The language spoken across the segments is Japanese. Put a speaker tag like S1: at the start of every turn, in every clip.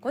S1: こ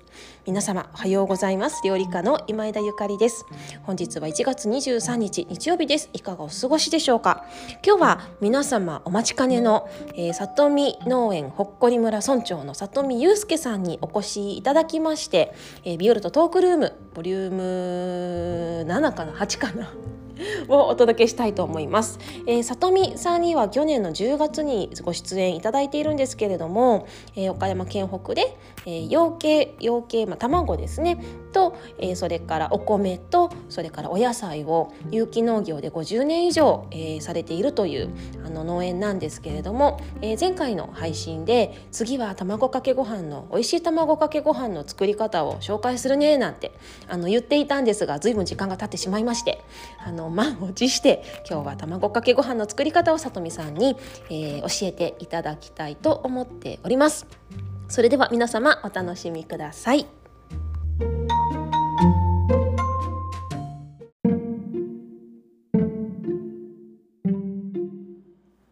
S1: 皆様おはようございます料理家の今枝ゆかりです本日は1月23日日曜日ですいかがお過ごしでしょうか今日は皆様お待ちかねの、えー、里見農園ほっこり村村長の里見祐介さんにお越しいただきまして、えービオルトトークルームボリューム7かな8かなをお届けしたいと思います、えー、里見さんには去年の10月にご出演いただいているんですけれども、えー岡山県北で、えー養鶏養鶏、まあ、卵ですねと、えーそれからお米とそれからお野菜を有機農業で50年以上、えーされているというあの農園なんですけれども、えー前回の配信で次は卵かけご飯の美味しい卵かけご飯の作り方を紹介するねなんてあの言っていたんですが随分時間が経ってしまいましてあの満を持して今日は卵かけご飯の作り方をさとみさんに、えー教えていただきたいと思っております。それでは皆様お楽しみください。今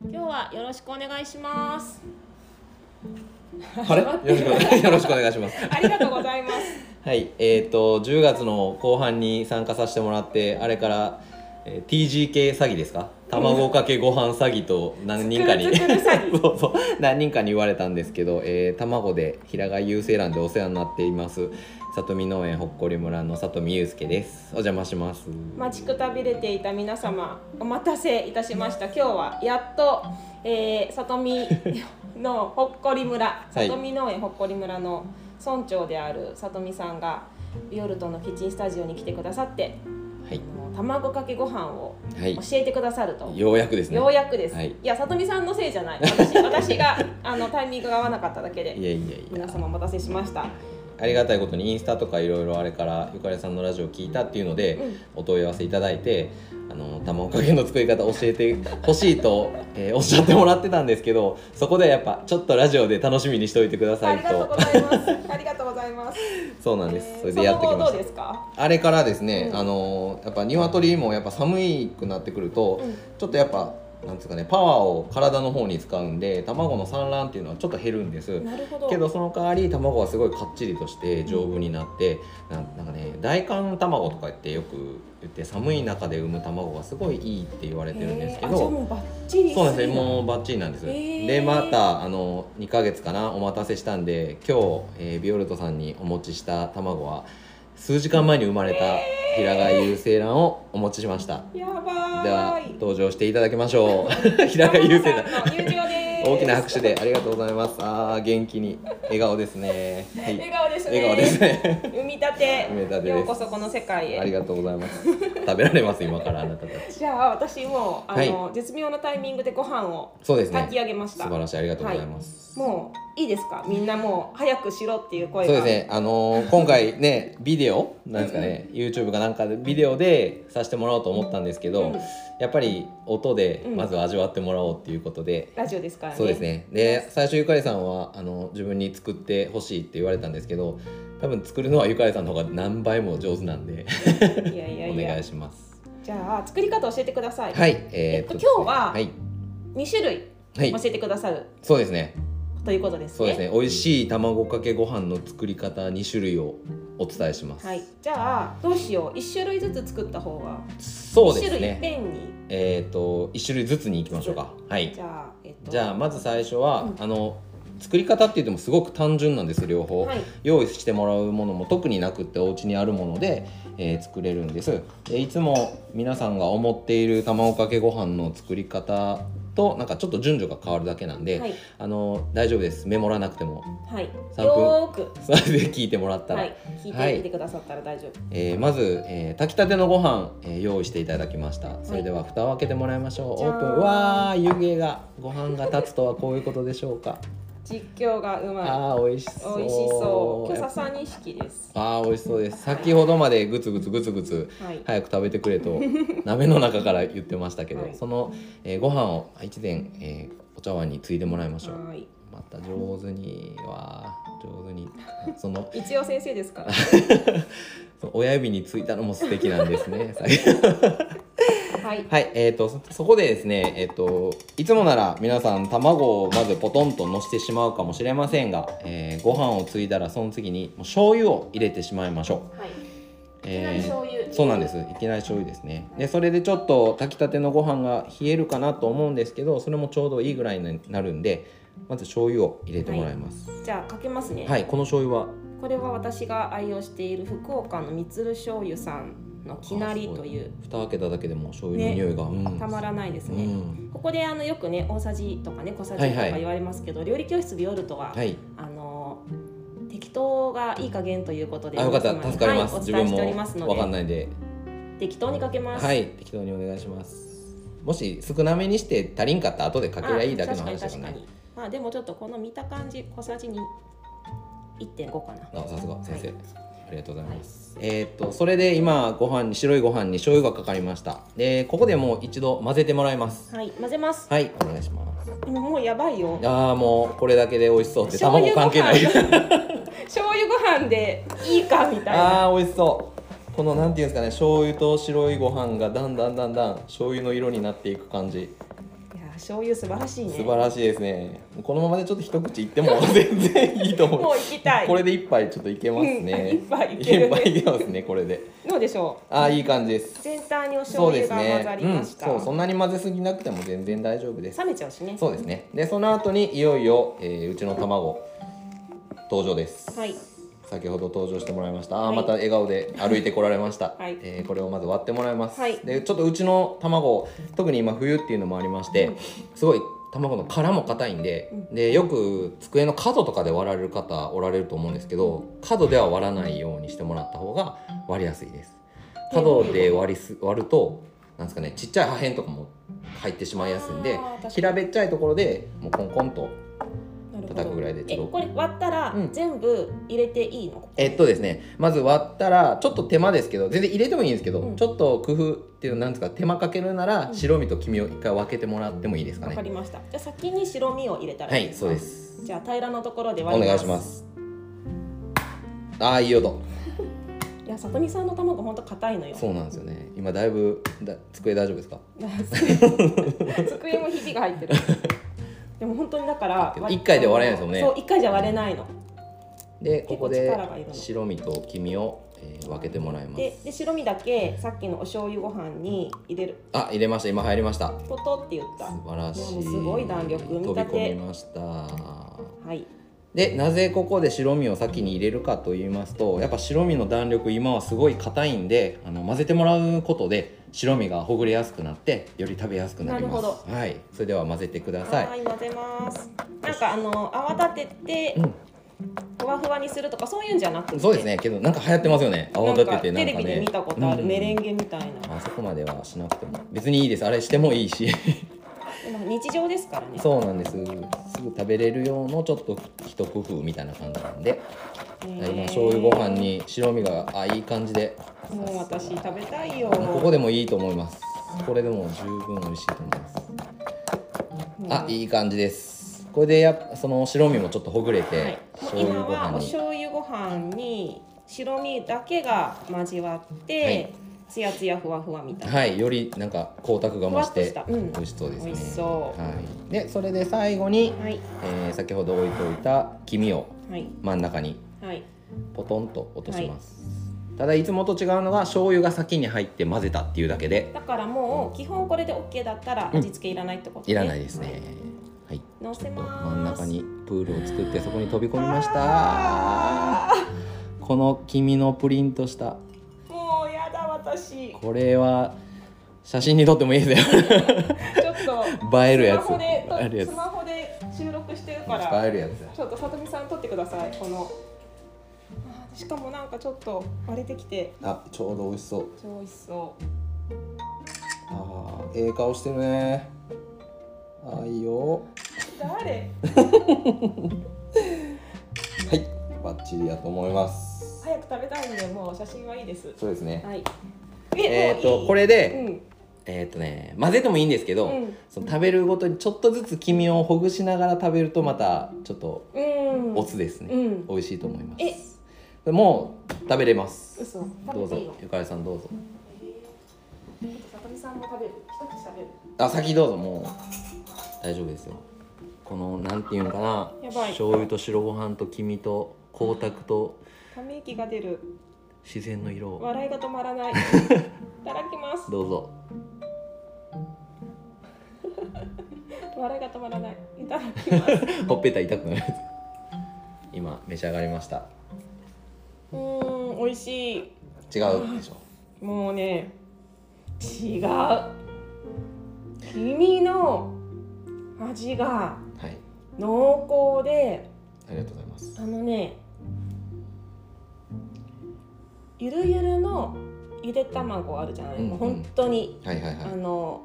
S1: 日はよろしくお願いします。
S2: あれよろしくお 願いよろしくお願いします。
S1: ありがとうございます。
S2: はい、えっ、と10月の後半に参加させてもらって、あれから、えー TGK 詐欺ですか？卵かけご飯詐欺と何人かに、
S1: つくるつくる詐
S2: そうそう何人かに言われたんですけど、えー卵で平賀優勢欄でお世話になっています。里見農園ほっこり村の里見祐介です。お邪魔します。
S1: 待ちくたびれていた皆様お待たせいたしました。今日はやっと、えー、里見のほっこり村、
S2: い
S1: 里見農園ほっこり村の村長である里見さんがビオルトのキッチンスタジオに来てくださって、
S2: はい
S1: あの卵かけご飯を
S2: はい
S1: 教、えてくださると。
S2: ようやくですね。
S1: ようやくです。
S2: はい
S1: い、や、里見さんのせいじゃない。 私、私があのタイミングが合わなかっただけ
S2: い
S1: で、
S2: やいやいや。
S1: 皆様お待たせしました。
S2: ありがたいことにインスタとかいろいろあれからゆかりさんのラジオ聞いたっていうので、
S1: うん
S2: お問い合わせいただいてあの卵かけの作り方教えてほしいと、 えーおっしゃってもらってたんですけどそこでやっぱちょっとラジオで楽しみにしておいてくださ
S1: あ
S2: い
S1: りがとうご
S2: と
S1: ざいます。ありがとうございます。
S2: そうなん
S1: え
S2: です
S1: ー
S2: それでやってき
S1: その
S2: ま
S1: 後
S2: し
S1: どう
S2: た
S1: ですか？
S2: あれからですね、
S1: うん
S2: あのやっぱ鶏もやっぱ寒いくなってくると、ちょっとやっぱなんですかねパワーを体の方に使うんで卵の産卵っていうのはちょっと減るんです、
S1: なるほど。
S2: けどその代わり卵はすごいかっちりとして丈夫になって、なんなんかね大寒卵とか言ってよく言って寒い中で産む卵がすごいいいって言われてるんですけ
S1: えーあじゃあ
S2: ど。
S1: もうバッチリ
S2: そうなんですね、もうバッチリなんです、
S1: へー
S2: でまたあの2ヶ月かなお待たせしたんで今日、えービオルトさんにお持ちした卵は数時間前に生まれた平賀優勢卵をお持ちしました、
S1: やばーい。
S2: では登場していただきましょう 平賀優勢卵
S1: 卵さんの入場です。
S2: 大きな拍手でありがとうございます。ああ元気に笑顔ですね。はい
S1: 笑顔ですね。
S2: 笑顔で す。ね。
S1: 産みたて。
S2: 埋め立てです
S1: ようこそこの世界
S2: あり
S1: へ。
S2: がとうございます。食べられます今からあなたたち。
S1: じゃあ私もあの、絶妙なタイミングでご飯を
S2: そうです
S1: 炊き
S2: ね。
S1: 上げまし
S2: 素
S1: た。
S2: 晴らしいありがとうございます。
S1: もういいですか？みんなもう早くしろっていう声
S2: そう
S1: が。
S2: ですね。あのー今回ねビデオなんですかね、YouTube かなんかでビデオでさせてもらおうと思ったんですけど、
S1: うん
S2: やっぱり音で
S1: うん
S2: まず味わってもらおうっていうことで。
S1: ラジオですからね。
S2: そうです。ねで最初ゆかりさんはあの自分に作ってほしいって言われたんですけど多分作るのはゆかりさんの方が何倍も上手なんで
S1: いやいや
S2: お
S1: いや。
S2: 願いします
S1: じゃあ作り方教えてください。
S2: はい
S1: え
S2: え
S1: っと
S2: ですね
S1: 今日は
S2: はい、
S1: 二種類
S2: はい
S1: 教えてくださる
S2: そうですね
S1: ということですね。
S2: そうですね美味しい卵かけご飯の作り方2種類をお伝えします、
S1: はい。じゃあどうしよう。一種類ずつ作った方が。
S2: そうで
S1: 一
S2: す
S1: 種類いっ
S2: ね
S1: ぺんに。
S2: えっ、と1種類ずつにいきましょうかはい
S1: じゃあえっと。
S2: じゃあまず最初は、
S1: うん
S2: あの作り方って言ってもすごく単純なんです両方、
S1: はい。
S2: 用意してもらうものも特になくってお家にあるもので、えー作れるんですでいつも皆さんが思っている卵かけご飯の作り方となんかちょっと順序が変わるだけなんで、
S1: はい。
S2: あの大丈夫ですメモらなくても
S1: はい。
S2: 三分
S1: よーく。
S2: それで聞いてもらったら、
S1: はい。聞い
S2: は
S1: て
S2: い
S1: みてくださったら大丈夫。
S2: えーまず、えー炊きたてのご飯、えー用意していただきましたそれでは蓋を開けてもらいましょう、
S1: じゃーん
S2: オープンわー湯気がご飯が立つとはこういうことでしょうか
S1: 実況がうまい
S2: あー美味しそう
S1: 美味しそう今日笹錦です
S2: あー美味しそうです先ほどまでグツグツグツグツ
S1: はい
S2: 早く食べてく れと鍋の中から言ってましたけど、
S1: はい
S2: その、えーご飯を一膳、えーお茶碗についでもらいましょう
S1: はい
S2: また上手には上手にその
S1: 一応先生ですから
S2: その親指についたのも素敵なんです ね最後
S1: はい
S2: はい、えー、とそそこでですね、えー、といつもなら皆さん卵をまずポトンとのしてしまうかもしれませんが、えーご飯をついだらその次にもう醤油を入れてしまいましょう。
S1: はいいきなり
S2: えー
S1: 醤油
S2: そうなんですいきなり醤油ですねでそれでちょっと炊きたてのご飯が冷えるかなと思うんですけどそれもちょうどいいぐらいになるんでまず醤油を入れてもらいます
S1: じゃあかけますね、
S2: はい、この醤油は
S1: これは私が愛用している福岡のみつる醤油さんのきなりという
S2: あすごい蓋開けただけでもう醤油の匂いが、うん
S1: たまらないです
S2: う
S1: ね、
S2: ん、
S1: ここであのよくね大さじとかね小さじ
S2: はい
S1: と
S2: は
S1: か
S2: い
S1: 言われますけど、料理教室ビオルトは、
S2: はい
S1: あの適当がいい加減ということで
S2: あよかっ
S1: お
S2: た
S1: 客様に
S2: 助かります、
S1: はい、お
S2: 自
S1: 伝
S2: 分
S1: えし
S2: も
S1: ておりますの
S2: わかん
S1: で
S2: ないんで
S1: 適当にかけます、
S2: はい適当にお願いしますもし少なめにして足りんかったら後でかけりゃいいだけの話だから
S1: あ確かに確か
S2: ね
S1: にまあでもちょっとこの見た感じ小さじに1.5かな
S2: あさすが先生、
S1: はい
S2: ありがとうございます、えーっとそれで今ご飯に白いご飯に醤油がかかりましたでここでもう一度混ぜてもらいます
S1: はい混ぜます
S2: はいお願いします
S1: もうもうやばいよ
S2: あーもうこれだけで美味しそうって卵関係ない
S1: 醤油ご飯でいいかみたいな
S2: あー美味しそうこのなんていうんですかね醤油と白いご飯がだんだんだんだん醤油の色になっていく感じ
S1: いや醤油素晴らしいね
S2: 素晴らしいですねこのままでちょっと一口いっても全然いいと思う
S1: もう行きたい
S2: これで一杯ちょっといけますね、
S1: うん一杯いける
S2: 一杯いけますねこれで
S1: どうでしょ
S2: ああいい感じです
S1: う全体にお醤
S2: そうで
S1: 油
S2: す
S1: が
S2: ね
S1: 混ざり
S2: う
S1: ま
S2: ん
S1: した、
S2: そうそんなに混ぜすぎなくても全然大丈夫です
S1: 冷めちゃうしね
S2: そうですねでその後にいよいよ、えーうちの卵登場です
S1: はい
S2: 先ほど登場してもらいました、あ
S1: は
S2: ー
S1: い
S2: また笑顔で歩いてこられました、
S1: はい
S2: えーこれをまず割ってもらいます、
S1: はい
S2: でちょっとうちの卵特に今冬っていうのもありまして、すごい卵の殻も硬いんで,、でよく机の角とかで割られる方おられると思うんですけど角では割らないようにしてもらった方が割りやすいです角で割りす割るとなんですかねちっちゃい破片とかも入ってしまいやすいんで
S1: あー確かに
S2: 平べっちゃいところでもうコンコンと
S1: なるほど
S2: 叩くぐらいでち
S1: え
S2: ょっと
S1: これ割ったら
S2: うん
S1: 全部入れていいの、
S2: えっとですねまず割ったらちょっと手間ですけど全然入れてもいいんですけど、
S1: うん
S2: ちょっと工夫っていうなんですか手間かけるなら、
S1: うん
S2: 白身と黄身を一回分けてもらってもいいですか
S1: わか
S2: ね
S1: りましたじゃあ先に白身を入れたら
S2: はい
S1: い
S2: いそうですす
S1: かじゃあ平らのところで
S2: お
S1: 割り
S2: 願
S1: ま
S2: い
S1: す
S2: しますああいい音
S1: いや里見さんの卵ほんと硬い のよ
S2: そうなんですよね今だいぶだ机大丈夫ですか
S1: 机もひびが入ってるでも本当にだから割
S2: 一回で割れないですもんね
S1: そう一回じゃ割れないの
S2: でここで
S1: 結構力がいるの
S2: 白身と黄身を、えー分けてもらいます
S1: でで白身だけさっきのお醤油ご飯に入れる
S2: あ入れました今入りました
S1: ポトって言っ
S2: 素
S1: た
S2: 晴らし
S1: いやも
S2: いう
S1: すごい弾力
S2: 飛び
S1: 見たて
S2: 込みました
S1: はい
S2: でなぜここで白身を先に入れるかと言いますとやっぱ白身の弾力今はすごい硬いんであの混ぜてもらうことで白身がほぐれやすくなってより食べやすくなります
S1: なるほ
S2: はい、それでは混ぜてください
S1: はい混ぜますなんかあの泡立てて
S2: うん
S1: ふわふわにするとかそういうんじゃなくて
S2: そうですねけどなんか流行ってますよね泡
S1: なん
S2: 立
S1: か
S2: ててなんか
S1: テ
S2: ね
S1: レビで見たことあるメレン
S2: ゲ、
S1: ゲみたいな、
S2: あそこまではしなくても別にいいですあれしてもい いし
S1: まあ日常ですからね
S2: そうなんですすぐ食べれる用のちょっと一工夫みたいな感じなんで
S1: ね
S2: 今醤油ご飯に白身があいい感じで
S1: もう私食べたいよ
S2: ここでもいいと思います。これでも十分美味しいと思います。あ、いい感じです。これでやっその白身もちょっとほぐれて、
S1: はい、
S2: 醤
S1: 今
S2: 油ご
S1: はお
S2: 飯に。
S1: 醤油ご飯に白身だけが交わって、
S2: はい
S1: つやつやふわふわみたいな、
S2: はい、よりなんか光沢が増し
S1: ふ
S2: て
S1: わっとしたうん
S2: 美味しそうですね。
S1: 美味しそう
S2: はい。で、それで最後に、
S1: はい
S2: えー先ほど置いておいた黄身を
S1: はい
S2: 真ん中に
S1: はい
S2: ポトンと落とします。ただいつもと違うのが醤油が先に入って混ぜたっていうだけで
S1: だからもう基本これで OK だったら
S2: うん
S1: 味付けいらないってこと、
S2: いらないですね。はい。
S1: のせます
S2: 真ん中にプールを作ってそこに飛び込みましたこの君のプリントした
S1: もうやだ私ちょ
S2: これは写真に撮ってもいいですよ
S1: っと
S2: 映える
S1: ス
S2: や
S1: マ
S2: つ
S1: ホで
S2: 映えるやつ
S1: スマホで収録してるから
S2: 映えるやつだ
S1: ちょっとさとみさん撮ってくださいこのあーしかもなんかちょっと割れてきて
S2: あちょうど美味しそう
S1: 超美味しそ
S2: あーええ顔してるねあーいいよ
S1: う誰
S2: はいバッチリやと思います
S1: 早く食べたいんでもう写真はいいです
S2: そうですね
S1: はい
S2: えっ、とこ
S1: れ
S2: れ
S1: う
S2: で、
S1: ん
S2: えっ、とね混ぜてもいいんですけ
S1: う
S2: ど、
S1: ん
S2: その食べるごとにちょっとずつ黄身をほぐしながら食べるとまたちょっと
S1: うん
S2: おつですね、
S1: うん
S2: 美味しいと思います
S1: え
S2: でもう食べれます
S1: 嘘
S2: どう
S1: 食べ
S2: ぞ
S1: ていいの
S2: ゆかりさんどうぞ
S1: 里見さんも食べる一口食べる
S2: あ先どうぞもう大丈夫ですよこのなんていうのかな
S1: やばい
S2: 醤油と白ご飯と黄身と光沢と
S1: ため息が出る
S2: 自然の色を
S1: 笑いが止まら ないいただきます
S2: どうぞ
S1: 笑いが止まらないいただきます
S2: ほっぺた痛くない今召し上がりました
S1: うーん美味しい
S2: 違うでしょ
S1: もうね違う君の味が
S2: はい
S1: 濃厚で
S2: ありがとうございます
S1: あのねゆるゆるのゆで卵あるじゃない、
S2: うんうん
S1: もう本当に
S2: はいはいは
S1: あ
S2: い
S1: の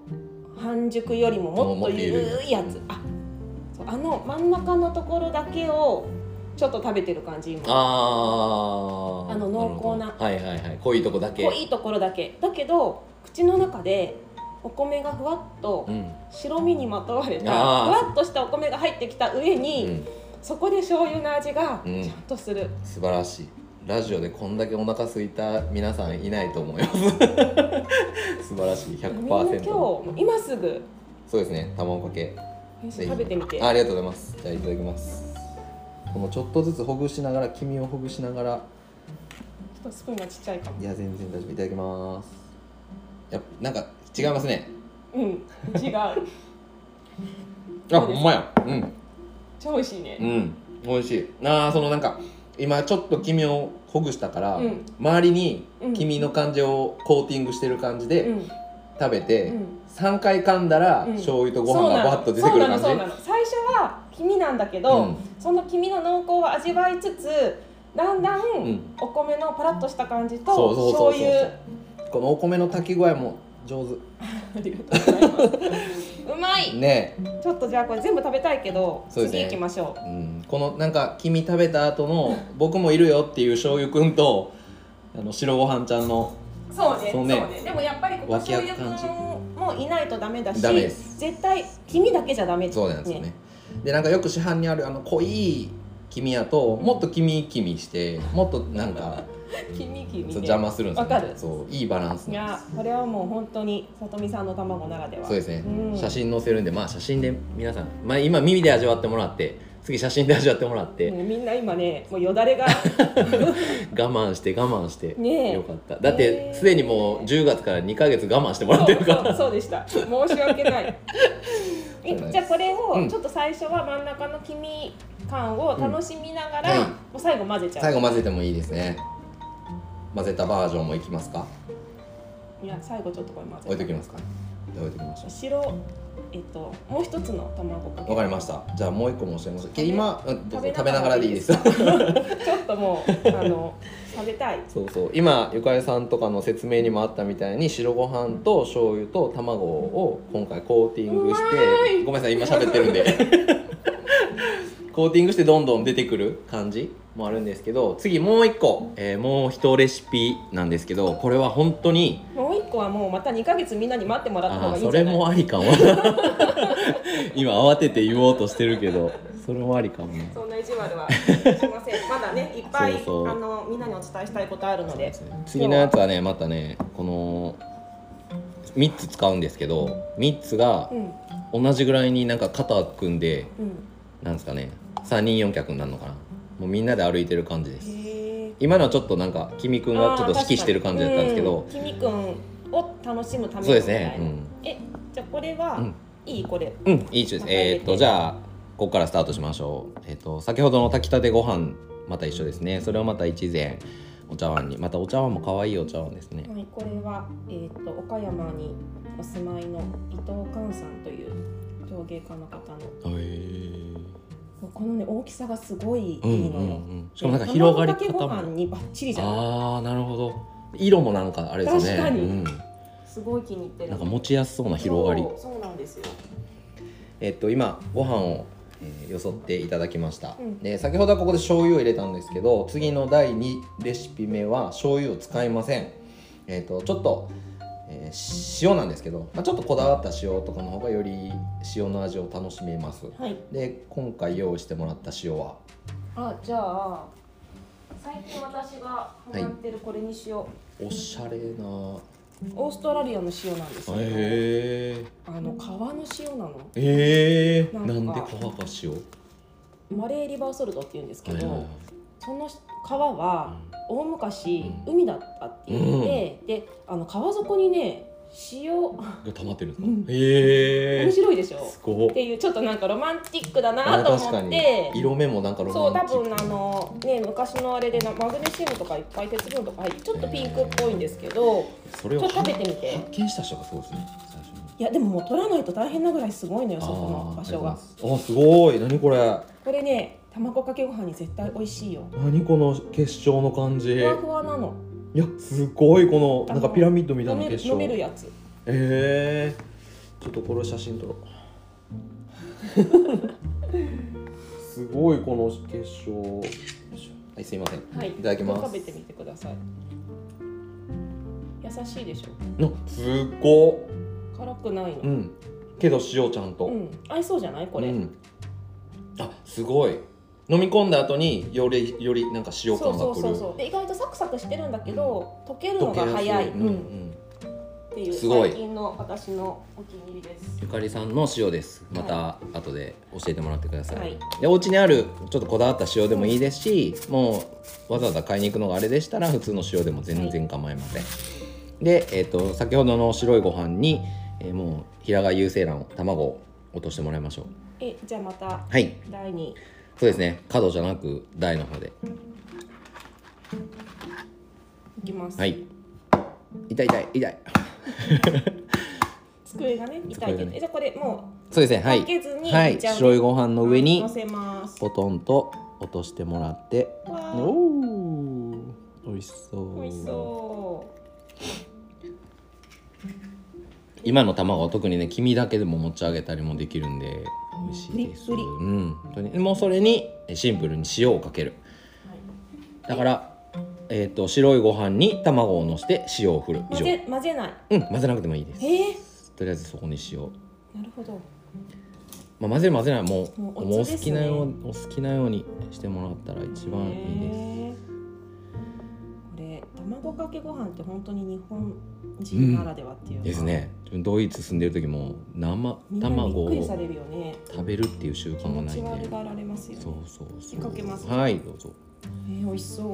S1: 半熟よりももっとゆるいや
S2: もっと
S1: つ
S2: ゆるい
S1: あそうあの真ん中のところだけをちょっと食べてる感じ今
S2: あー
S1: あの濃厚な
S2: るほどはいはいはい濃いとこだけ
S1: こういいところだけだけど口の中でお米がふわっと
S2: うん、
S1: 白身にまとわれたふ
S2: あー
S1: わっとしたお米が入ってきた上
S2: う
S1: に、
S2: ん、
S1: そこで醤油の味が
S2: うん
S1: ちゃんとする、
S2: 素晴らしいラジオでこんだけお腹空いた皆さんいないと思います 素晴らしい
S1: みんな今日
S2: 100%
S1: もう今すぐ
S2: そうですね卵かけぜひ
S1: 食べてみて
S2: あありがとうございますじゃあいただきますこのちょっとずつほぐしながら黄身をほぐしながら
S1: ちょっとスプーンがちっちゃいかも
S2: いや全然大丈夫いただきますやっぱなんか違いますね
S1: うん違う
S2: あ
S1: そう
S2: ほ
S1: です
S2: んまやうん
S1: 超美味しいね、
S2: うん美味しいなあそのなんか今ちょっと黄身をほぐしたから、
S1: うん
S2: 周りに
S1: うん
S2: 黄身の感じをコーティングしてる感じ
S1: う
S2: で
S1: ん
S2: 食べて、
S1: うん
S2: 3回噛んだら、
S1: うん
S2: 醤油とご
S1: そう
S2: 飯が
S1: な
S2: バ
S1: の
S2: ッと出てくる感じ
S1: そうなのそうなの最初は黄身なんだけ
S2: う
S1: ど、
S2: ん
S1: その黄身の濃厚を味わいつつだんだん、
S2: うん
S1: お米のパラッとした感じと
S2: そうそうそう
S1: 醤
S2: そう
S1: 油
S2: このお米の炊き具合も上手
S1: ありがとうございます。 うまい。
S2: ね
S1: ちょっとじゃあこれ全部食べたいけど、
S2: そうですね
S1: 次行きましょ
S2: え、うん、このなんか君食べた後 の僕もいるよっていう醤油くんとあの白ご飯ちゃんの
S1: う。そうね。
S2: そ
S1: そうう
S2: ね
S1: ね。でもやっぱりここ
S2: 脇
S1: 醤
S2: 役
S1: 油く
S2: 感じ
S1: んもいないとダメだし、
S2: ダメです
S1: 絶対君だけじゃダメ
S2: そうなんですよね。でなんかよく市販にあるあの濃い黄身やともっと黄身黄身してもっとなんか
S1: 君君
S2: そう
S1: ね。
S2: 邪魔するんですよ、ね、
S1: わかる
S2: そういいバランス
S1: い
S2: なんで
S1: や
S2: す、
S1: これはもう本当にさとみさんの卵ならでは。
S2: そうですね、
S1: うん
S2: 写真載せるんでまあ写真で皆さん、まあ、今耳で味わってもらって次写真で味わってもらって、
S1: もうみんな今ね、もうよだれが。
S2: 我慢して我慢して、
S1: ねえ
S2: よかっただっ
S1: ね
S2: て
S1: え
S2: すでにもう10月から2ヶ月我慢してもらって
S1: そ
S2: る
S1: う
S2: か ら
S1: そうそうでした。申し 訳ない。えじゃあこれ
S2: う
S1: を
S2: ん
S1: ちょっと最初は真ん中の黄身感を楽しみながら、
S2: うんはい
S1: もう最後混ぜちゃう。
S2: 最後混ぜてもいいですね混ぜたバージョンもいきますか
S1: いや最後ちょっとこれ混ぜ
S2: 置いときますかじゃあ置いときましょ
S1: 白えっともう一つの卵か
S2: うわ
S1: け
S2: かりましたじゃあもう一個申し上げます
S1: べ
S2: 今、うん、どうぞ食べながらでいいです
S1: 食べながらでいいですかちょっとも うあの食べたい
S2: そうそう今ゆかりさんとかの説明にもあったみたいに白ご飯と醤油と卵を今回コーティングし
S1: うま
S2: て
S1: い
S2: ごめんなさい今喋ってるんで コーティングしてどんどん出てくる感じもあるんですけど次もう一個、えーもう一レシピなんですけどこれは本当に
S1: もう一個はもうまた二ヶ月みんなに待ってもらった方
S2: あ
S1: が
S2: ー
S1: いいん
S2: そ
S1: じゃ
S2: れ
S1: ない
S2: もありかも 今慌てて言おうとしてるけどそれもありかもね
S1: そんな意地悪はしま せんまだねいっぱい
S2: そうそう
S1: あのみんなにお伝えしたいことあるので
S2: 次のやつはねまたねこの3つ使うんですけど3つが
S1: うん
S2: 同じぐらいになんか肩組んで
S1: うん
S2: なんですかね3人4脚になるのかなもうみんなで歩いてる感じです
S1: へえ
S2: 今のはちょっとなんか君くんがちょっと指揮してる感じだったんですけど、
S1: 君くんを楽しむために
S2: そうです
S1: みたいな
S2: ね
S1: えじゃあこれは、
S2: うん
S1: いいこれ
S2: うん、うん、いい位置です
S1: また入れて
S2: えーっとじゃあここからスタートしましょうえーっと先ほどの炊きたてご飯また一緒ですねそれをまた一膳お茶碗にまたお茶碗も可愛いお茶碗ですね
S1: はい、これは、えー、と岡山にお住まいの伊藤寛さんという陶芸家の方の
S2: へえ
S1: このね大きさがすごいいい
S2: うんうん
S1: のよ、
S2: うんしかもなんか広がり
S1: で
S2: 方
S1: 卵かけご
S2: も
S1: 飯にバッチリじゃん
S2: ああなるほど色もなんかあれですよね
S1: 確かに
S2: うん、
S1: すごい気に入ってる
S2: なんか持ちやすそうな広がり
S1: そうそうなんですよ
S2: えっと今ご飯をえーよそっていただきました、
S1: うん
S2: で先ほどはここで醤油を入れたんですけど次の第2レシピ目は醤油を使いませんえっ、とちょっと、えー塩なんですけど、まあ、ちょっとこだわった塩とかの方がより塩の味を楽しめます
S1: はい。
S2: で今回用意してもらった塩は
S1: あ、じゃあ最近私がハマってるこれにしよう。
S2: おしゃれな
S1: オーストラリアの塩なんですよ。
S2: へ
S1: あの川の塩なの。
S2: ええ
S1: なんか
S2: なんで皮が塩
S1: マレーリバーソルトっていうんですけ
S2: はい
S1: ど、
S2: はいはい
S1: その川は大昔、
S2: う
S1: 海だったって言って、で、あの川底にね塩面
S2: が溜まってるんです
S1: うん
S2: かへえ
S1: 白いでしょ。
S2: すごっ
S1: っていうちょっとなんかロマンティックだ
S2: あ
S1: なと
S2: 確か
S1: 思っ
S2: に
S1: て。
S2: 色目もなんかロ
S1: そう
S2: マ
S1: 多
S2: ンチック
S1: 分あのね昔のあれでなマグネシウムとかいっぱい鉄分とか入ってちょっとピンクっぽいんですけど
S2: それ
S1: ちょ
S2: を
S1: っと食べ
S2: 発
S1: てみて
S2: 見した人がそうですね最初に
S1: いやでももう取らないと大変なぐらいすごいのよそこの
S2: あー
S1: 場所が
S2: ありとうございますあすごい何これ
S1: これね卵かけご飯に絶対美味しいよ
S2: 何この結晶の感じい
S1: ふわ
S2: や
S1: ふわなの
S2: すごいこ
S1: あ
S2: の
S1: の
S2: なんかピラミッドみたい
S1: 飲
S2: な
S1: める
S2: 結
S1: 飲
S2: 晶
S1: める
S2: へ
S1: やつ
S2: えちょっとこれ写真 撮ろうすごいこの結晶よいしょはいすいません
S1: はい
S2: いただきます
S1: 食べてみてください優しいでしょ
S2: あすっご
S1: 辛くないの
S2: う、んけど塩ちゃんと、
S1: うん合いそうじゃないこれ、
S2: うん、あすごい飲み込んだ後によりよりなんか
S1: そ
S2: 塩
S1: うそ
S2: 感が
S1: う
S2: く
S1: そう
S2: る
S1: そうで意外とサクサクしてるんだけど溶けるの
S2: 溶け
S1: が
S2: やす
S1: 早い、
S2: う
S1: うんん
S2: うん
S1: っていう
S2: すごい
S1: 最近の私のお気に入りです
S2: ゆかりさんの塩ですまた後で教えてもらってください、
S1: はい
S2: でお家にあるちょっとこだわった塩でもいいですしもうわざわざ買いに行くのがあれでしたら普通の塩でも全然構いません、で、えっと先ほどの白いご飯に、えーもう平賀有精卵を卵を落としてもらいましょう
S1: えじゃあまた
S2: はい
S1: 第二
S2: そうですね角じゃなく台の方で
S1: いきます、
S2: はい痛い痛い痛い
S1: 机がね痛い
S2: 机
S1: け
S2: が
S1: ど、
S2: ね
S1: えじゃあこれも
S2: そうですねは
S1: う
S2: い
S1: 開けずに、
S2: はい
S1: じゃあ
S2: 白いご飯の上に
S1: 乗せます
S2: ポトンと落としてもらって
S1: わー
S2: おー美味しそう
S1: 美味しそ
S2: 今の卵は特にね黄身だけでも持ち上げたりもできるんで美味しいです
S1: プリップリ
S2: うん本当にもうそれにえシンプルに塩をかける
S1: う、はい
S2: だからえっ、と白いご飯に卵をのせて塩を振る以
S1: 混
S2: 上
S1: ぜ混ぜない
S2: うん混ぜなくてもいいです
S1: えー、
S2: とりあえずそこに塩
S1: なるほど
S2: まあ、混ぜる混ぜないもう
S1: もうお酢
S2: お,、もう
S1: で
S2: お好
S1: す
S2: き
S1: ね
S2: なようお好きなようにしてもらったら一番いいです、
S1: ねえこれ卵かけご飯って本当に日本人ならではっていうか
S2: ですね自分ドイツ住んでる時も生
S1: みんな
S2: 卵
S1: びっくりさ
S2: を
S1: れるよね
S2: 食べるっていう習
S1: 気
S2: 慣が
S1: 持
S2: ない
S1: ち
S2: ん
S1: 悪
S2: で
S1: がられますよね
S2: そうそうそう
S1: 引っ掛けます
S2: はいどうぞ
S1: えー、美味しそう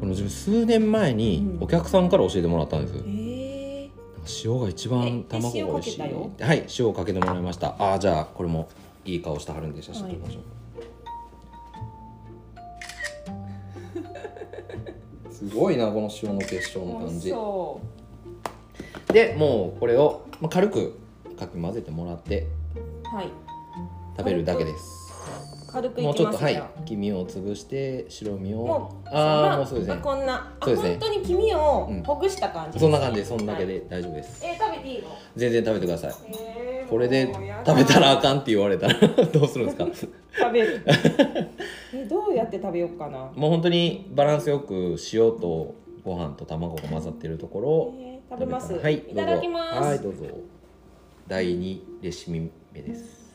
S2: この自分数年前に
S1: うん
S2: お客さんから教えてもらったんです、なんか
S1: え
S2: 塩が一番
S1: えで
S2: 卵が美味しい
S1: 塩かけ
S2: はい塩をかけてもらいましたああじゃあこれもいい顔してはるんで写真撮りましょう、 すごいなこの塩の結晶
S1: ー、
S2: の
S1: 美
S2: 感
S1: 味
S2: じ
S1: しそ
S2: でもうこれをまあ軽くかき混ぜてもらって
S1: うはい
S2: 食べるだけです
S1: 軽くいき
S2: も
S1: ま
S2: う
S1: す
S2: ちょっとはい
S1: じゃあ
S2: 黄身を潰して白身を
S1: もう
S2: あ
S1: あ
S2: あもうそうです
S1: あ
S2: ね
S1: こんなあ
S2: そうですね
S1: 本当に黄身を
S2: うん
S1: ほぐした感じ、
S2: そんな感じですそんだけ
S1: はい
S2: で大丈夫です
S1: えー、食べていいの
S2: 全然食べてください
S1: えー
S2: これで
S1: もうやだ
S2: 食べたらあかんって言われたらどうするんですか
S1: 食べ るえどうやって食べようかな
S2: もう本当にバランスよく塩とご飯と卵が混ざってるところを
S1: えー食べます。
S2: 食べたらはい
S1: いただきます。
S2: はいどうぞ第二レシピ目です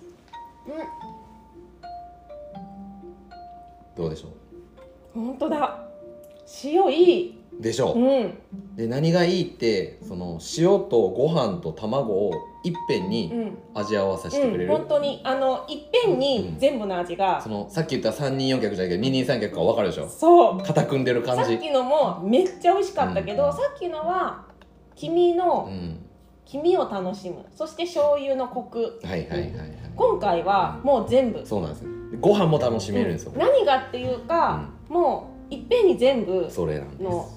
S2: どうでしょ
S1: うん、本当だ。塩いい。
S2: うでしょう、
S1: うん、
S2: で何がいいってその塩とご飯と卵をいっぺん
S1: う
S2: に
S1: ん、
S2: 味合わさせてく
S1: う
S2: れ
S1: ん、
S2: る、
S1: 本当にあのいっぺんに全部の味が
S2: そ。のさっき言った三人四脚じゃないけど二人三脚が分かるでしょ
S1: そう。
S2: 肩組んでる
S1: さ
S2: 感じ
S1: っきのもめっちゃ美味しかったけど、
S2: うん
S1: さっきのは君の、
S2: うん
S1: 君を楽しむ。そして醤油のコク。
S2: はいはいはいはい
S1: 今回はもう全部。
S2: そうなんですよでご飯も楽しめるんですよ、
S1: うん何がっていうか、もういっぺんに全部
S2: それなんです
S1: の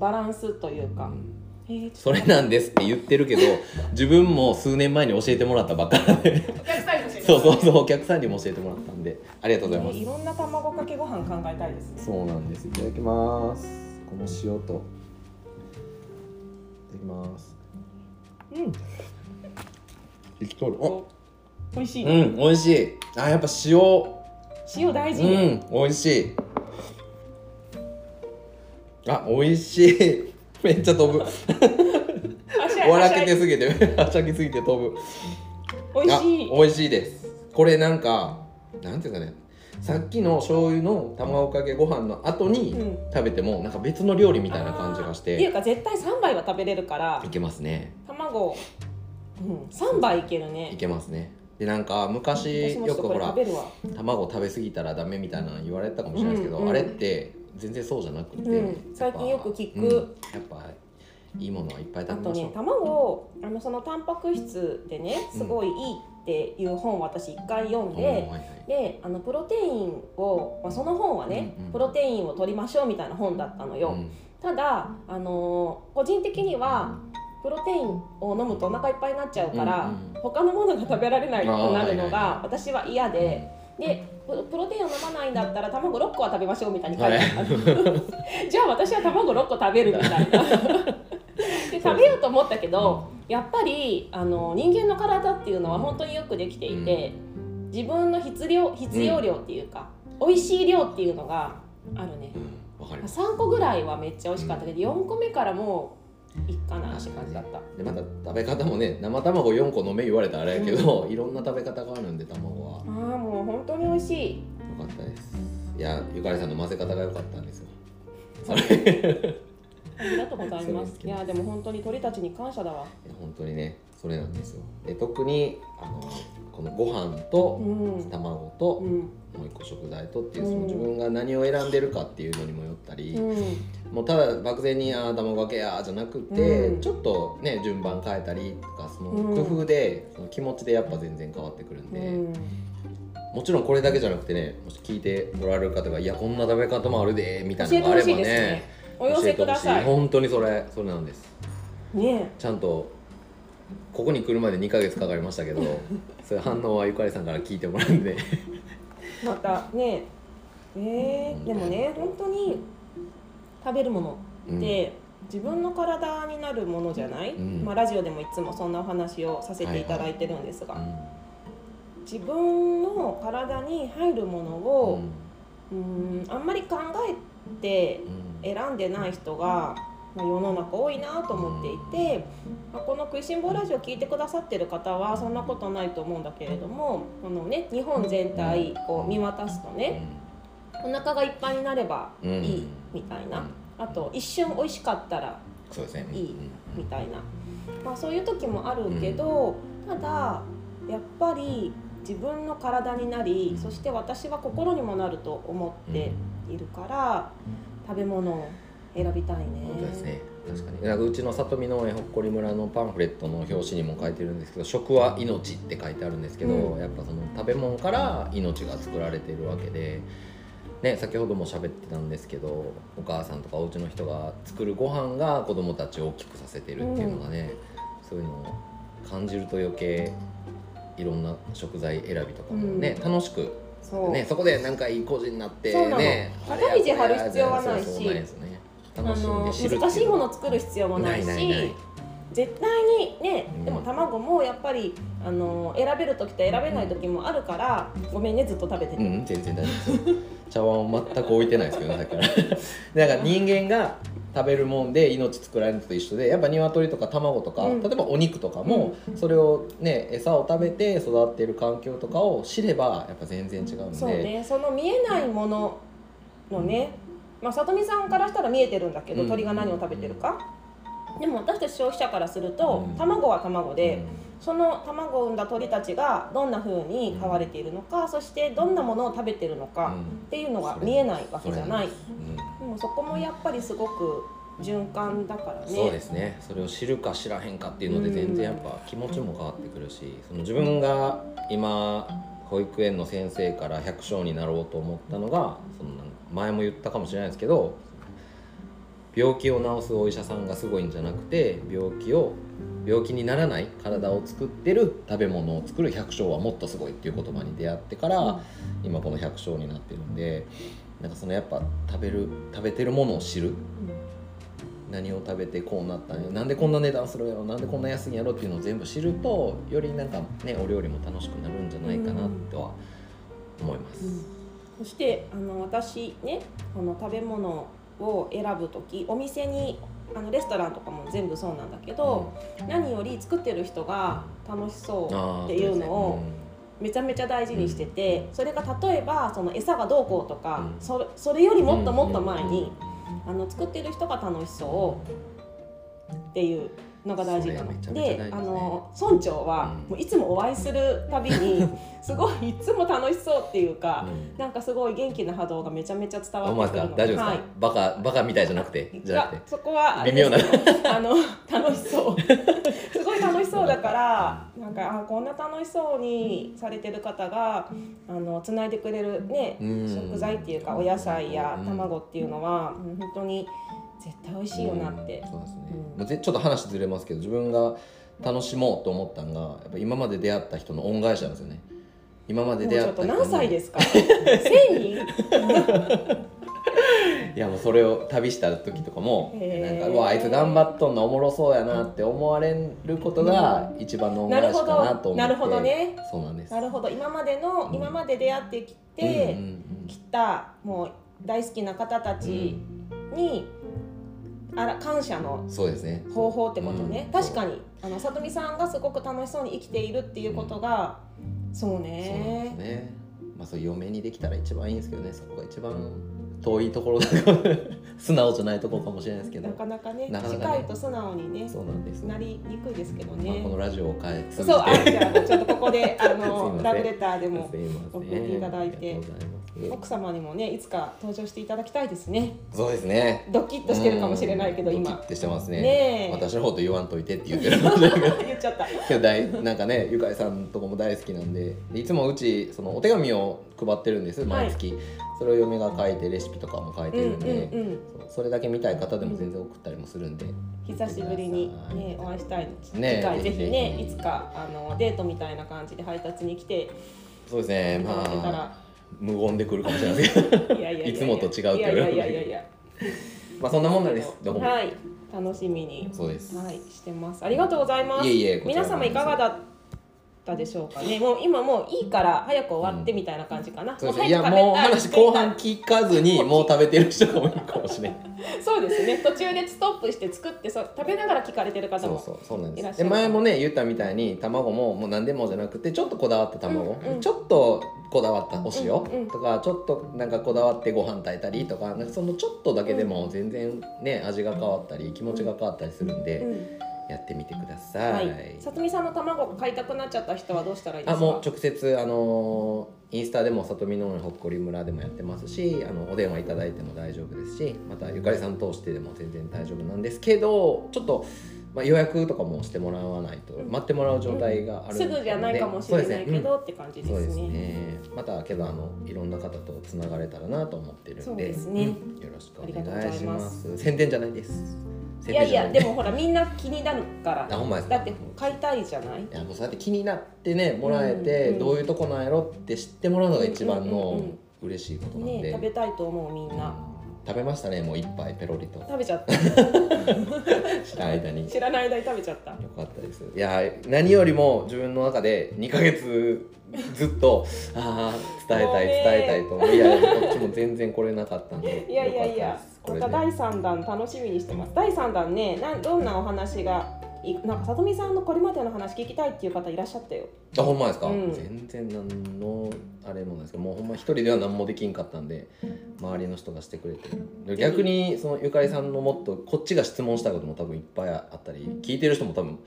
S1: バランスという
S2: う
S1: か。
S2: ん
S1: えー
S2: それなんですって言ってるけど自分も数年前に教えてもらったばっかり で
S1: お客さんに教えて
S2: そうそうそうお客さんにも教えてもらったんでありがとうございます
S1: ねいろんな卵かけご飯考えたいですね。
S2: そうなんです。いただきます。この塩と。いただきます。
S1: うん。
S2: 生きとる。あ、
S1: 美味しい、
S2: うん美味しいあやっぱ塩
S1: 塩大事、
S2: うん美味しいあ美味しい めっちゃ 飛ぶ
S1: あしゃ
S2: 笑け
S1: あ
S2: て
S1: し
S2: すぎてはしゃぎすぎて飛ぶ
S1: ゃ美味しい
S2: あ美味しいですこれなんかなんていうんですかねさっきの醤油の卵かけご飯の後に
S1: うん
S2: 食べてもなんか別の料理みたいな感じがし
S1: あーってい
S2: て
S1: うか絶対3杯は食べれるから
S2: いけますね
S1: 卵、うん、3杯いける
S2: い
S1: ね
S2: けますねでなんか昔
S1: 私もちょ
S2: よ
S1: っと
S2: く
S1: こ
S2: ほ
S1: れ
S2: ら
S1: 食べるわ
S2: 卵食べ過ぎたらダメみたいなの言われてたかもしれないですけど、
S1: うんうん
S2: あれって全然そうじゃなくて、
S1: うん
S2: やっぱ
S1: 最近よく聞く
S2: うんやっぱいいものはいっぱい
S1: あ
S2: 食べ
S1: と
S2: ましょ
S1: ね
S2: う
S1: 卵あのそのタンパク質でねすごいいいっていう本を私1回読ん
S2: うんはい
S1: で、
S2: はい
S1: であのプロテインを、まあ、その本はね、
S2: うんうん
S1: プロテインを取りましょうみたいな本だったのよ、
S2: うん
S1: ただ、あのー個人的にはプロテインを飲むとお腹いっぱいになっちゃうから、
S2: うんうん
S1: 他のものが食べられないようになるの
S2: あーはい
S1: が私は嫌で。でプロプロテインを飲まないんだったら卵6個は食べましょうみたいに書いてあった、 じゃあ私は卵6個食べるみたい なで食べようと思ったけどやっぱりあの人間の体っていうのは本当によくできていて、自分の必要必要量っていうか、美味しい量っていうのがあるね、
S2: うんわかります
S1: 3個ぐらいはめっちゃ美味しかったけど4個目からもういっかなって感じだった
S2: でまた食べ方もね生卵4個飲め言われたらあれやけど、いろんな食べ方があるんで卵は
S1: ああもう本当に美味しい
S2: 良かったですいやゆかりさんの混ぜ方が良かったんですよそれ
S1: ありがとうございま
S2: そうですす
S1: い
S2: けど
S1: やでも本当に鳥たちに感謝だわ
S2: 本当にねそれなんですよで特にあのこのご飯と
S1: うん
S2: 卵と、
S1: うん
S2: もう一個食材とっていう
S1: うん
S2: その自分が何を選んでるかっていうのにもよったり、
S1: うん
S2: もうただ漠然に「ああ卵かけや」じゃなくて、
S1: うん
S2: ちょっとね順番変えたりとかその
S1: うん
S2: 工夫で、その気持ちでやっぱ全然変わってくるん
S1: う
S2: で、
S1: ん
S2: もちろんこれだけじゃなくてねもし聞いておられる方が「いやこんな食べ方もあるで」みたい
S1: 教え
S2: な
S1: て
S2: のがあ
S1: ほ
S2: れ
S1: しい
S2: ば
S1: ですね
S2: ね
S1: お寄せくださ
S2: 教えてほしい
S1: い
S2: 本当にそれそれなんです
S1: ね
S2: ちゃんとここに来るまで2ヶ月かかりました けどそういう反応はゆかりさんから聞いてもらうんで
S1: えまたねええーでもね本当に食べるものって自分の体になるものじゃない、
S2: うん
S1: まあ、ラジオでもいつもそんなお話をさせていただいてるんですが、
S2: うん
S1: 自分の体に入るもの
S2: うん
S1: を、うーんあんまり考えて
S2: うん
S1: 選んでない人が、まあ、世の中多いなと思っていて、まあこの「食いしん坊ラジオ」聞いてくださってる方はそんなことないと思うんだけれどもこの、ね、日本全体を見渡すとねお腹がいっぱいになればいいみたいな、あと一瞬美味しかったら
S2: そうですね
S1: いい
S2: うん
S1: みたいな、まあ、そういう時もあるけど、ただやっぱり自分の体になり、
S2: うん
S1: そして私は心にもなると思っているから、食べ物を選びたいね。
S2: 本当ですね確かになんかうちの里見農園ほっこり村のパンフレットの表紙にも書いてるんですけど「食は命」って書いてあるんですけど、
S1: うん
S2: やっぱその食べ物から命が作られてるわけで、ね、先ほども喋ってたんですけどお母さんとかお家の人が作るご飯が子供たちを大きくさせてるっていうのがね、そういうのを感じると余計いろんな食材選びとかもね、楽しく
S1: そう、
S2: ね、そこでなんかいい個人になって
S1: そうなの
S2: ね
S1: 肩道張る必要はないし
S2: そうそうないですね
S1: あ
S2: 楽しんで
S1: の
S2: 知るってう
S1: 難しいものを作る必要もないし
S2: ないないない
S1: 絶対にね、
S2: うん
S1: でも卵もやっぱりあの選べる時と選べない時もあるから、ごめんねずっと食べて
S2: う
S1: て、
S2: ん全然大丈夫です茶碗を全く置いてないですけどねさっ きからなんか人間が食べるもんで命作られるのと一緒でやっぱ鶏とか卵とか、
S1: うん
S2: 例えばお肉とかも、それをね餌を食べて育ってる環境とかを知ればやっぱ全然違うんで
S1: そうねその見えないもののね、まあ里見さんからしたら見えてるんだけど、
S2: うん
S1: 鳥が何を食べてるか、でも私たち消費者からすると、
S2: うん
S1: 卵は卵で、
S2: うん
S1: その卵を産んだ鳥たちがどんな風に飼われているのか、そしてどんなものを食べてるの
S2: う
S1: か
S2: ん
S1: っていうのが見えないわけじゃない。
S2: うん
S1: でもそこもやっぱりすごく循環だからね。
S2: そうですねそれを知るか知らへんかっていうので全然やっぱ気持ちも変わってくるしその自分が今保育園の先生から百姓になろうと思ったのがそのなんか前も言ったかもしれないですけど病気を治すお医者さんがすごいんじゃなくて病気を病気にならない体を作ってる食べ物を作る百姓はもっとすごいっていう言葉に出会ってから、今この百姓になってるんでなんかそのやっぱ食べる食べてるものを知る
S1: うん
S2: 何を食べてこうなったんやなんでこんな値段するんやろなんでこんな安いんやろっていうのを全部知るとよりなんかねお料理も楽しくなるんじゃないかなとは思います。
S1: そしてあの私ねこの食べ物を選ぶ時お店にあのレストランとかも全部そうなんだけど、何より作ってる人が楽しそうっていうのをめちゃめちゃ大事にしてて、それが例えばその餌がどうこうとか、
S2: うん
S1: それそれよりもっともっと前に、あの作ってる人が楽しそうっていうのが大事なの。
S2: それめちゃめちゃ大事ですね
S1: であの村長は、
S2: うん
S1: もういつもお会いするたび にすごいいつも楽しそうっていうか、なんかすごい元気な波動がめちゃめちゃ伝
S2: あ
S1: わ
S2: ま
S1: ってくる
S2: だ
S1: の
S2: 大丈夫ですか、
S1: はい
S2: バカバカみたいじゃなくてじゃなくて
S1: そこはあれ
S2: 微妙な
S1: ですけど あの楽しそうすごい楽しそうだからなんかあこんな楽しそうにされてる方があのつないでくれるね
S2: うん
S1: 食材っていうかお野菜や
S2: うん
S1: 卵っていうのは、うん本当に絶対美味しいよなって
S2: うん、そうですね、
S1: うん
S2: もうぜちょっと話ずれますけど自分が楽しもうと思ったのがやっぱ今まで出会った人の恩返しなんですよね今まで
S1: もう
S2: 出
S1: ちょ
S2: 会っ
S1: ったと
S2: 人の
S1: 何歳です か千人
S2: いやもうそれを旅した時とかもなん
S1: へー
S2: かうわあいつ頑張っとんなおもろそうやなって思われることが一番の恩返しかなと思って
S1: なるほどね
S2: そうなんです
S1: なるほど今までの、
S2: うん
S1: 今まで出会ってき
S2: うんうん
S1: て、来たもう大好きな方た
S2: うんう
S1: ち
S2: ん
S1: に、あら感謝の
S2: そうですね
S1: 方法ってことね、
S2: うん
S1: 確かにあの里美さんがすごく楽しそうに生きているっていうことが、そう
S2: そうなんです
S1: ね
S2: ね。まあ、そう嫁にできたら一番いいんですけどね、そこが一番遠いところ だから素直じゃないところかもしれないですけど
S1: な。かなかね
S2: なかなかね
S1: 近いと素直にね
S2: そうなんです、
S1: なりにくいですけど
S2: まあ、この
S1: ね、
S2: ラジオを変え
S1: そ
S2: 通
S1: う
S2: じて。
S1: あじゃあちょっとここ であ
S2: すいませ
S1: の
S2: ん
S1: ラブレターでも
S2: すいま
S1: 送
S2: せ
S1: っ
S2: ん。
S1: ていただい
S2: あ
S1: て
S2: りがとうございま
S1: 奥様にもねいつか登場していただきたいですね
S2: す。そうですね。
S1: ドキッとしてるかもしれないけど
S2: うんド
S1: 今
S2: キッてしてますね。
S1: ねえ
S2: 私の方と言わんといてって言ってるん だけど。
S1: 言っちゃった
S2: けど大なんかねゆかいさんとこも大好きなんででいつもうちそのお手紙を配ってるんです毎月、それを嫁が書いてレシピとかも書いてるんで、
S1: うんうんうん
S2: そうそれだけ見たい方でも全然送ったりもするんで、
S1: 久しぶりに、ね、お会いしたいので、
S2: ね
S1: 次回ぜひ
S2: ぜひ
S1: ね
S2: ぜひ
S1: いつかあのデートみたいな感じで配達に来てい
S2: そうですね
S1: た
S2: ま
S1: だけた
S2: あ
S1: ら、
S2: 無言で来るかもしれないですけど
S1: いやいややや
S2: いつもと違うって言われる
S1: いやいやいやいや
S2: まあそんなもんなんですどうも、
S1: はい楽しみに
S2: そうです、
S1: はいしてますありがとうございます
S2: いえいえこち
S1: 皆
S2: らこ
S1: 様
S2: そ
S1: いかがだったでしょうかねもう今もういいから早く終わってみたいな感じかな、
S2: そうですねい
S1: 早
S2: や
S1: く食べた
S2: もう話後半聞かずにもう食べてる人が多いかもしれない
S1: そうですね途中でストップして作ってそう食べながら聞かれてる方
S2: そ
S1: も
S2: うそうそうなん
S1: いら
S2: で
S1: っ
S2: す
S1: しゃ
S2: で
S1: るかな
S2: 前もね言ったみたいに卵ももう何でもじゃなくてちょっとこだわった卵、
S1: うんうん
S2: ちょっとこだわったお塩
S1: うんうん
S2: とか、ちょっとなんかこだわってご飯炊いたりとかなんかそのちょっとだけでも全然ね味が変わったり気持ちが変わったりするんで、
S1: うん
S2: やってみてくださ、
S1: はいい、さとみさんの卵が買いたくなっちゃった人はどうしたらいいです
S2: あ
S1: か
S2: もう直接あのインスタでも里見のほっこり村でもやってますしあのお電話いただいても大丈夫ですしまたゆかりさん通してでも全然大丈夫なんですけどちょっと、まあ、予約とかもしてもらわないと
S1: うん
S2: 待ってもらう状態があるの
S1: す
S2: で、
S1: ぐじゃないかもしれないけど、って感じ
S2: そう
S1: で
S2: ですすね,、
S1: ね。
S2: そうですねまたけどあのいろんな方とつながれたらなと思ってるんで
S1: そうですね
S2: うんよろしくお願いしま
S1: ありがとうご
S2: す宣伝じゃないです
S1: い
S2: 宣
S1: や
S2: 伝
S1: い
S2: じゃ
S1: や
S2: ない
S1: でもほらみんな気になるから
S2: あほんまですか
S1: だって買いたいじゃない
S2: いやもうそうやって気になってねもらえ
S1: う
S2: て、
S1: んうん
S2: どういうとこなんやろって知ってもらうのが一番
S1: うん
S2: の
S1: うんうん
S2: 嬉しいことなんで、
S1: ね食べたいと思うみんな
S2: 食べましたねもう一杯ペロリと
S1: 食べちゃった
S2: した間に よ
S1: 知らない間に食べちゃった
S2: かったですいや何よりも自分の中で2ヶ月ずっとああ伝えたい
S1: ごめん
S2: 伝えたいと思いやこっちも全然これなかったんで
S1: いやいやいや
S2: よ
S1: ま
S2: か
S1: た
S2: った
S1: 第
S2: です
S1: 3弾楽しみにしてます第3弾ねなんどんなお話がいなんかさとみさんのこれまでの話聞きたいっていう方いらっしゃったよ
S2: これであほんまですか、
S1: うん
S2: 全然何のあれもないですけどもうほんま一人では何もできんかったんで周りの人がしてくれて逆にそのゆかりさんのもっとこっちが質問したいことも多分いっぱいあったり聞いてる人も多分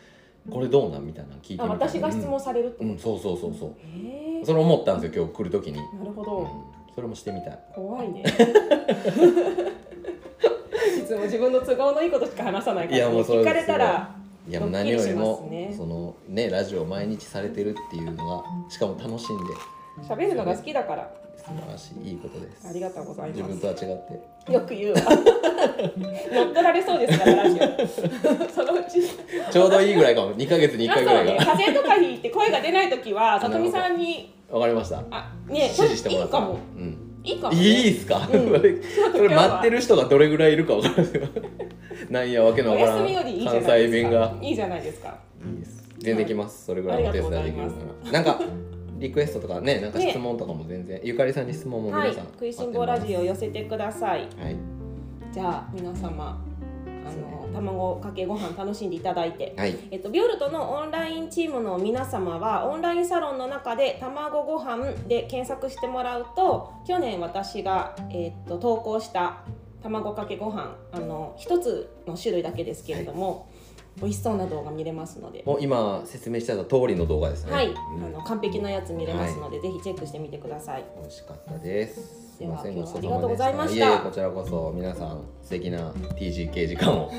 S2: これどうなんみたいなの聞いてみた
S1: あ
S2: いな
S1: 私が質問されるって
S2: う
S1: こ
S2: ん、そうそうそうそう
S1: と、へえ
S2: それ思ったんですよ今日来る時に、
S1: なるほ
S2: う
S1: ど
S2: ん、それもしてみたい
S1: 怖 いねいつも自分の都合のいいことしか話さないから
S2: いやもうそ
S1: 聞
S2: うで
S1: か
S2: す
S1: れたら
S2: いやもう
S1: ドッ
S2: 何
S1: キリ
S2: よ
S1: し
S2: り
S1: ます
S2: も、
S1: ね
S2: そのねラジオを毎日されてるっていうのがしかも楽しんで
S1: 喋るのが好きだから
S2: 素晴らしいいいことです
S1: ありがとうござい
S2: 自
S1: ま
S2: 分
S1: す
S2: とは違って
S1: よく言うわ乗っ取られそうですからラ ジオそのうち
S2: ちょうどいいぐらいかも2ヶ月に1
S1: あそ
S2: 回
S1: う
S2: ぐらい
S1: ね
S2: が
S1: 風邪とかひいて声が出ない時は
S2: なる
S1: さ
S2: ほ
S1: と
S2: ど
S1: みさんに
S2: わかりました
S1: あね
S2: 指示してもら
S1: い
S2: っ
S1: い
S2: た
S1: からも
S2: うん
S1: いいかも、
S2: い
S1: ね、
S2: いっすか、
S1: うん
S2: それ
S1: 今日は
S2: 待ってる人がどれぐらいいるかわからないですけどなんやわけの
S1: お
S2: わから
S1: 休みよりいい
S2: ん
S1: じゃない
S2: 関
S1: ですか
S2: 西弁が
S1: いいじゃないですか
S2: いいです全然できますそれぐらい
S1: あ
S2: お
S1: りがと
S2: 手
S1: うご
S2: 伝
S1: ざ
S2: い
S1: い
S2: で
S1: ま
S2: きる
S1: す
S2: ならなんかリクエストとかねなんか
S1: ね
S2: 質問とかも全然ゆかりさんに質問も
S1: は
S2: 皆
S1: い
S2: さん
S1: 食いしん坊ラジオ寄せてください
S2: オはい
S1: じゃあ皆様あ
S2: そうね
S1: の卵かけご飯楽しんでいただいて
S2: はい
S1: えっと、ビオルトのオンラインチームの皆様はオンラインサロンの中で「卵ご飯で検索してもらうと去年私が、えっと、投稿した卵かけご飯あの一つの種類だけですけれども、美味しそうな動画見れますので、
S2: もう今説明してた通りの動画ですね
S1: はい、
S2: うん
S1: あの完璧なやつ見れますので、ぜひチェックしてみてください。
S2: 美味しかったです。す
S1: で
S2: み
S1: は
S2: ません、ごちそう
S1: 今日はありがとうご
S2: さまで
S1: ざいま
S2: し。
S1: したた
S2: いえいえ、こちらこそ、皆さん、素敵な TGK 時間 をお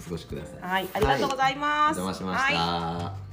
S2: 過ごしください。
S1: はい、ありがとうござい
S2: お
S1: ます。
S2: 邪魔しました。